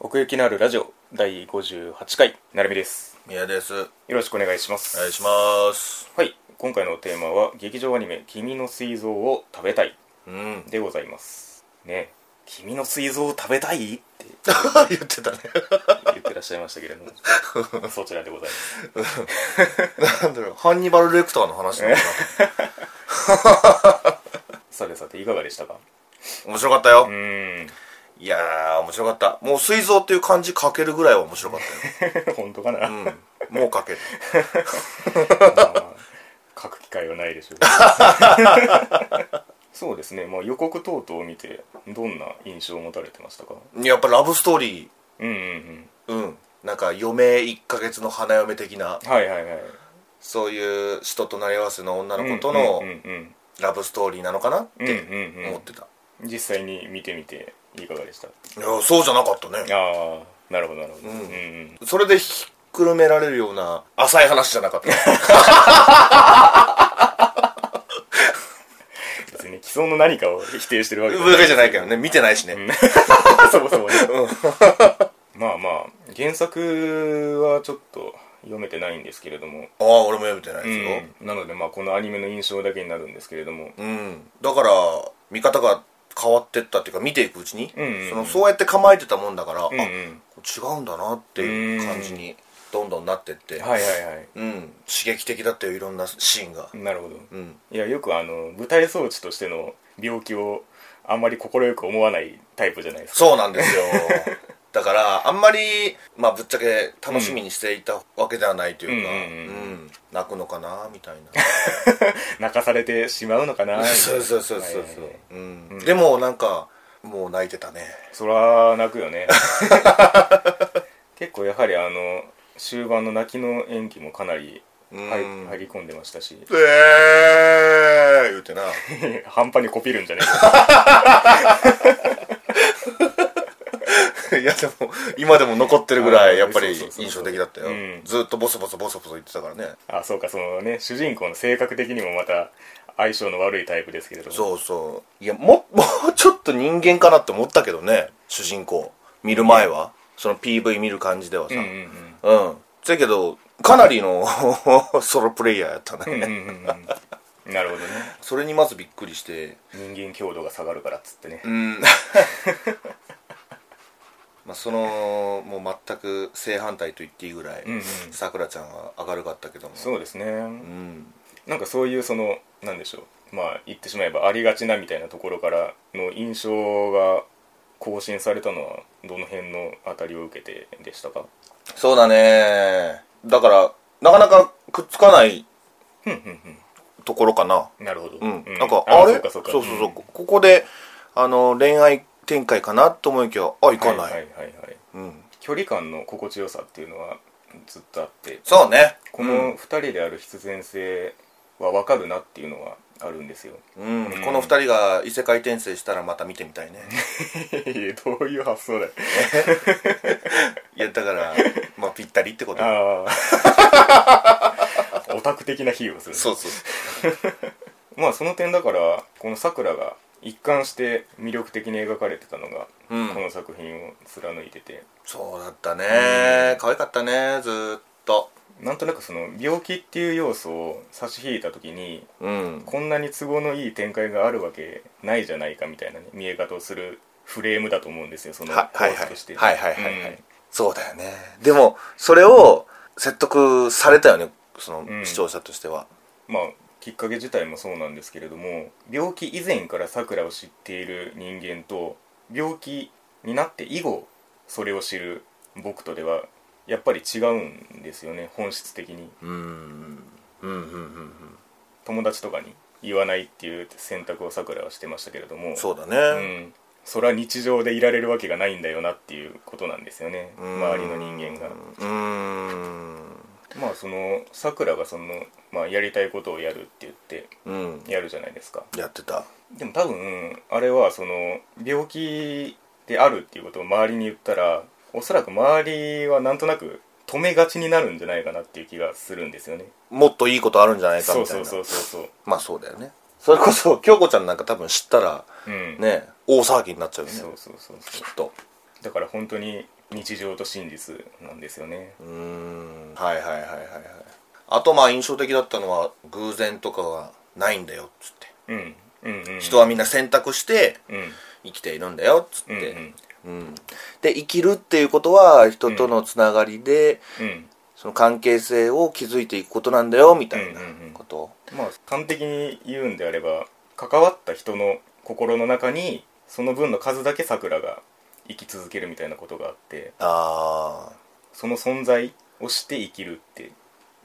奥行きのあるラジオ第58回なるみです宮ですおよろしくお願いします願いしますはい今回のテーマは劇場アニメ「君の膵臓を食べたいうん」でございますね君の膵臓を食べたいって 言ってたね言ってらっしゃいましたけれどもそちらでございます なんだろうハンニバルレクターの話なのかさてさていかがでしたかな面白かったよう、ーんいやー面白かったもう膵臓っていう漢字書けるぐらいは面白かっ 本当かな、た よ、うん、もう書けるまあ書く機会はないでしょう そうですね、まあ、予告等々を見てどんな印象を持たれてましたかやっぱラブストーリうんうんうんーうんなんか余命1ヶ月の花嫁的なはいはいはいそういう人となり合わせの女の子とうのんうんラブストーリーなのかなっうんうんてうんうん思ってた、うん実際に見てみていかがでしたいやそうじゃなかったねああなるほどなるほど、うんうんそれでひっくるめられるような浅い話じゃなかった別に既存の何かを否定してるわけじゃないわけじゃないけどね見てないしね、 そもそもね まあまあ原作はちょっと読めてないんですけれども、ああ俺も読めてないですようんなのでまあこのアニメの印象だけになるんですけれどもうん、だから見方が変わってったっていうか見ていくうちに、うんうんうんそのそうやって構えてたもんだから、うんあうん違うんだなっていう感じにどんどんなってって、はいはいはいうん刺激的だったよいろんなシーンがなるほど、うんいやよくあの舞台装置としての病気をあんまり快く思わないタイプじゃないですかそうな んですよだからあんまり、まあ、ぶっちゃけ楽しみにしていたわけではないというか、うんうんうん泣くのかなみたいな泣かされてしまうのかな そうそうそうそうはいそはいうはい、うん、でもなんかもう泣いてたねそら泣くよね 結構やはりあの終盤の泣きの演技もかなり入うん入り込んでました しええー、言うてな半端にこびるんじゃないか いやでも今でも残ってるぐらいやっぱそうそりうそうそう印象的だったよ、うんずっとボソボソボソボソ言ってたからねあそうかそのね主人公の性格的にもまた相性の悪いタイプですけれどもそうそういやも もうちょっと人間かなって思ったけどね主人公見る前はその PV 見る感じではさううんん、せやけどかなりの ソロプレイヤーやったうんうんね、うんうんうんなるほどねそれにまずびっくりして人間強度が下がるからっつってねうんまあそのもう全く正反対と言っていいぐらいうんうんさくらちゃんは明るかったけどもそうですね、うんなんかそういうそのなんでしょうまあ言ってしまえばありがちなみたいなところからの印象が更新されたのはどの辺のあたりを受けてでしたかそうだねだからなかなかくっつかないところかななるほど、うん、なんかああれそうかそそううかそうそうここであの恋愛展開かなと思いきやあいはかいなはい、いはいはいうん、距離感の心地よさっていうのはずっとあってそうねこの2人である必然性は分かるなっていうのはあるんですようん、この二人が異世界転生したらまた見てみ た いねいやどういう発想だよいやだからまあぴったりってことあ あオタク的な比喩をするそうそうまあその点だからこのさくらが一貫して魅力的に描かれてたのが、うんこの作品を貫いててそうだったね可愛かったねずーっとなんとなくその病気っていう要素を差し引いた時にうんこんなに都合のいい展開があるわけないじゃないかみたいな、ね、見え方をするフレームだと思うんですよそのははい構は図いとしてはいはいはいはうんいそうだよねでもそれを説得されたよねそのうん視聴者としてはまあきっかけ自体もそうなんですけれども病気以前からさくらを知っている人間と病気になって以後それを知る僕とではやっぱり違うんですよね本質的にうんうんうんうん友達とかに言わないっていう選択をさくらはしてましたけれどもそうだうねんそれは日常でいられるわけがないんだよなっていうことなんですよねうん周りの人間がうんまあそのさくらがその、まあ、やりたいことをやるって言ってうんやるじゃないですかやってたでも多分あれはその病気であるっていうことを周りに言ったらおそらく周りはなんとなく止めがちになるんじゃないかなっていう気がするんですよねもっといいことあるんじゃないかそみうたいそなうそうそうそうまあそうだよねそれこそ 京子ちゃんなんか多分知ったらうんね大騒ぎになっちゃうよねそうそうそうそうきっとだから本当に日常と真実なんですよねうーんはいはいはいはいはいあとまあ印象的だったのは偶然とかはないんだよっつってうんうんうん人はみんな選択してうん生きているんだよっつっうんうて、んうんで生きるっていうことは人とのつながりで、うんその関係性を築いていくことなんだよみたいなこと、まあ端的に言うんであれば関わった人の心の中にその分の数だけ桜が生き続けるみたいなことがあってああその存在をして生きるって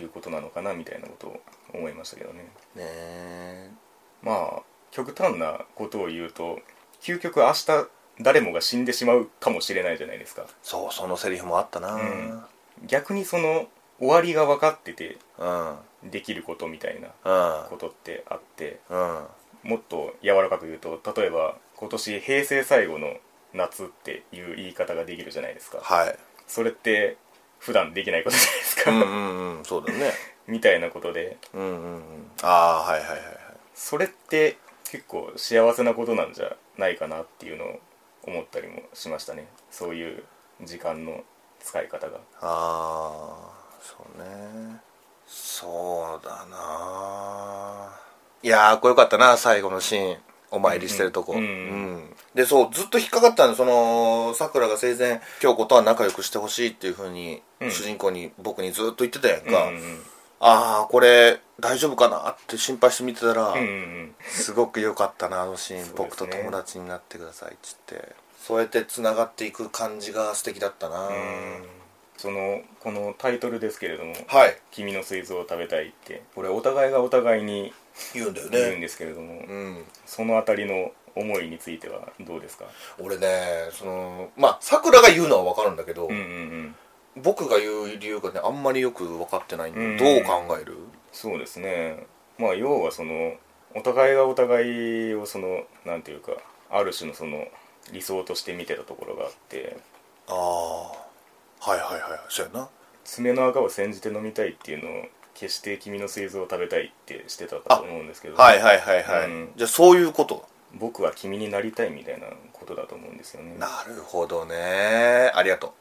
いうことなのかなみたいなことを思いましたけどねねえまあ極端なことを言うと究極明日誰もが死んでしまうかもしれないじゃないですかそうそのセリフもあったなううんん逆にその終わりが分かっててうんできることみたいなうんことってあってうんもっと柔らかく言うと例えば今年平成最後の夏っていう言い方ができるじゃないですかはいそれって普段できないことじゃないですうか、んうんうんそうだねみたいなことでうんうんうんああはいはいはいはいそれって結構幸せなことなんじゃないかなっていうのを思ったりもしましたねそういう時間の使い方がああそうねそうだないやーこれよかったな最後のシーンお参りしてるとこうんうんうんでそうずっと引っかかったんでそのさくらが生前京子とは仲良くしてほしいっていうふうに、うん主人公に僕にずっと言ってたやんか、うんうんああこれ大丈夫かなって心配して見てたら、うんうんすごく良かったなあのシーン、そうですね僕と友達になってくださいっつってそうやってつながっていく感じが素敵だったなうんうんそのこのタイトルですけれどもはい「君の膵臓を食べたい」ってこれお互いがお互いに言うんだよね言うんですけれども、うん、そのあたりの思いについてはどうですか俺ねそのまあさくらが言うのは分かるんだけど、うんうんうん僕が言う理由がねあんまりよく分かってないんで、うんどう考えるそうですねまあ要はそのお互いがお互いをそのなんていうかある種のその理想として見てたところがあってああはいはいはいそうやな爪の赤を煎じて飲みたいっていうのを決して君の膵臓を食べたいってしてたと思うんですけど、はいはいはいはい、うんじゃあそういうこと僕は君になりたいみたいなことだと思うんですよねなるほどねありがと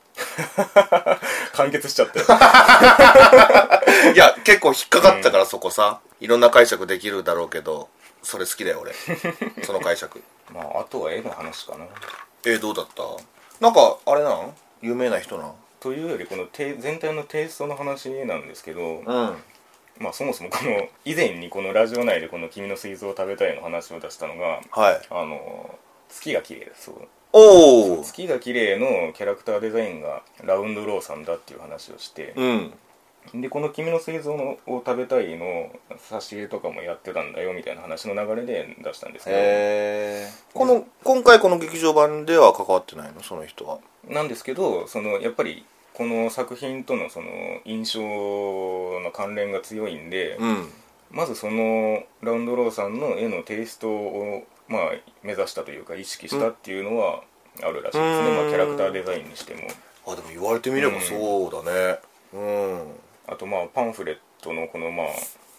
完結しちゃ ったよう いや結構引っかかったから、そこさいろんな解釈できるだろうけどそれ好きだよ 俺その解釈まああとは絵の話かなえー、どうだったなんかあれなん有名な人なんというよりこのテイ全体のテイストの話なんですけど、うんまあ、そもそもこの以前にこのラジオ内でこの「君の膵臓を食べたい」の話を出したのがはいあの月が綺麗そうおお月が綺麗のキャラクターデザインがラウンドローさんだっていう話をして、うんでこの「君の膵臓を食べたい」の挿絵とかもやってたんだよみたいな話の流れで出したんですけへえこの今回この劇場版では関わってないのその人はどなんですけどそのやっぱりこの作品とのその印象の関連が強いんで、うんまずそのラウンドローさんの絵のテイストを、まあ、目指したというか意識したっていうのはあるらしいですね、うんまあ、キャラクターデザインにしてもあでも言われてみればそうだねうん、あとまあパンフレットのこのまあ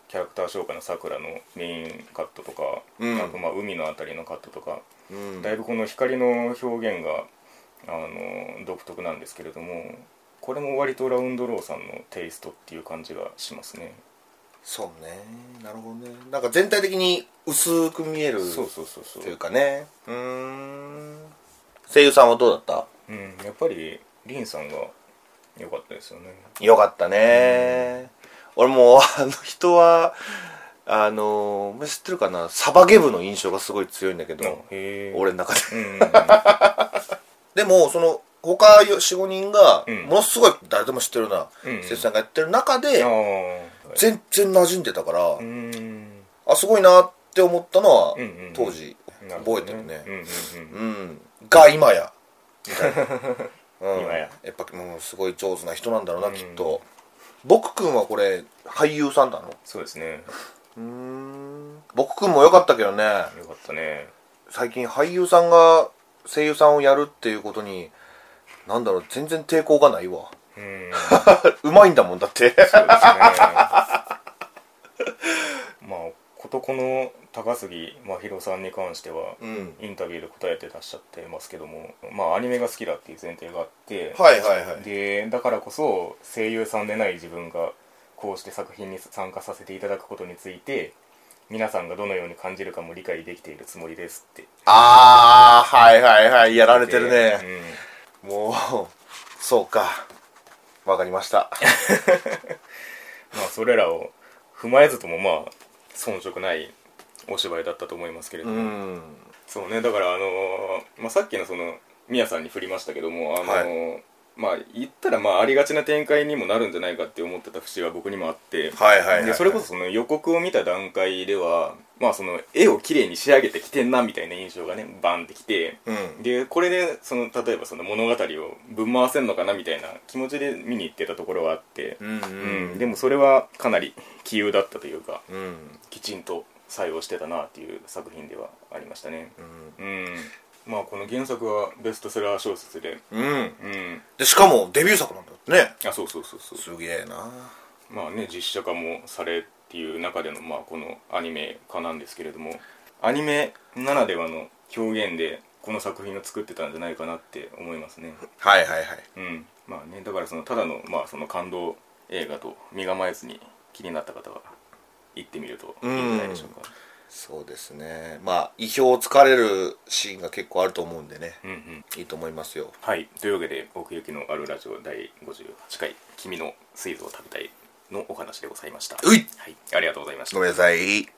キャラクター紹介のさくらのメインカットとか、うんあとまあ海のあたりのカットとか、うんだいぶこの光の表現があの独特なんですけれどもこれも割とラウンドローさんのテイストっていう感じがしますねそうねなるほどねなんか全体的に薄く見えるそうそうそうそうというかねうーん声優さんはどうだっうん、やっぱりリンさんが良かったですよねたよかったね俺もうあの人はあの知ってるかなサバゲ部の印象がすごい強いんだけどへえ俺の中でうんうんでもその他45人がうんものすごい誰でも知ってるなうんうん生徒さんがやってる中でああ全然馴染んでたから、うーんあすごいなって思ったのはうんうんうん当時なる覚ほえてどるうんねうんうんうん、が今やみたいな、うん、 今やっぱもうすごい上手な人なんだろうな、うんきっと僕くんはこれ俳優さんなのそうですねうん僕くんも良かったけどねよかったね最近俳優さんが声優さんをやるっていうことになんだろう全然抵抗がないわうん うまいんだもんだってそうですねまあ事この高杉真宙さんに関しては、うんインタビューで答えて出しちゃってますけどもまあアニメが好きだっていう前提があって、はいはいはいでだからこそ声優さんでない自分がこうして作品に参加させていただくことについて皆さんがどのように感じるかも理解できているつもりですってああはいはいはいやられてるね、うんもうそうかわかりましたまあそれらを踏まえずともまあ遜色ないお芝居だったと思いますけれどうも、んそうねだからあのーまあ、さっきのそのミヤさんに振りましたけどもあのーまあ言ったらまあありがちな展開にもなるんじゃないかって思ってた節が僕にもあって、はいはいはい、でそれこそその予告を見た段階では、まあ、その絵をきれいに仕上げてきてんなみたいな印象がねバンってきてうんでこれでその例えばその物語をぶん回せんのかなみたいな気持ちで見に行ってたところはあってう、んううんんでもそれはかなり杞憂だったというかうん、うんきちんと採用してたなっていう作品ではありましたねうんまあこの原作はベストセラー小説でうん、うんでしかもデビュー作なんだってねあそうそうそうそうすげえなまあね実写化もされっていう中での、まあ、このアニメ化なんですけれどもアニメならではの表現でこの作品を作ってたんじゃないかなって思いますねはいはいはいうんまあねだからそのただの,、まあその感動映画と身構えずに気になった方は行ってみるといいんじゃないでしょうかそうですねまあ意表をつかれるシーンが結構あると思うんでねうんうんいいと思いますよはいというわけで奥行きのあるラジオ第58回「君の水素を食べたい」のお話でございましたういはい、ありがとうございましたごめんなさい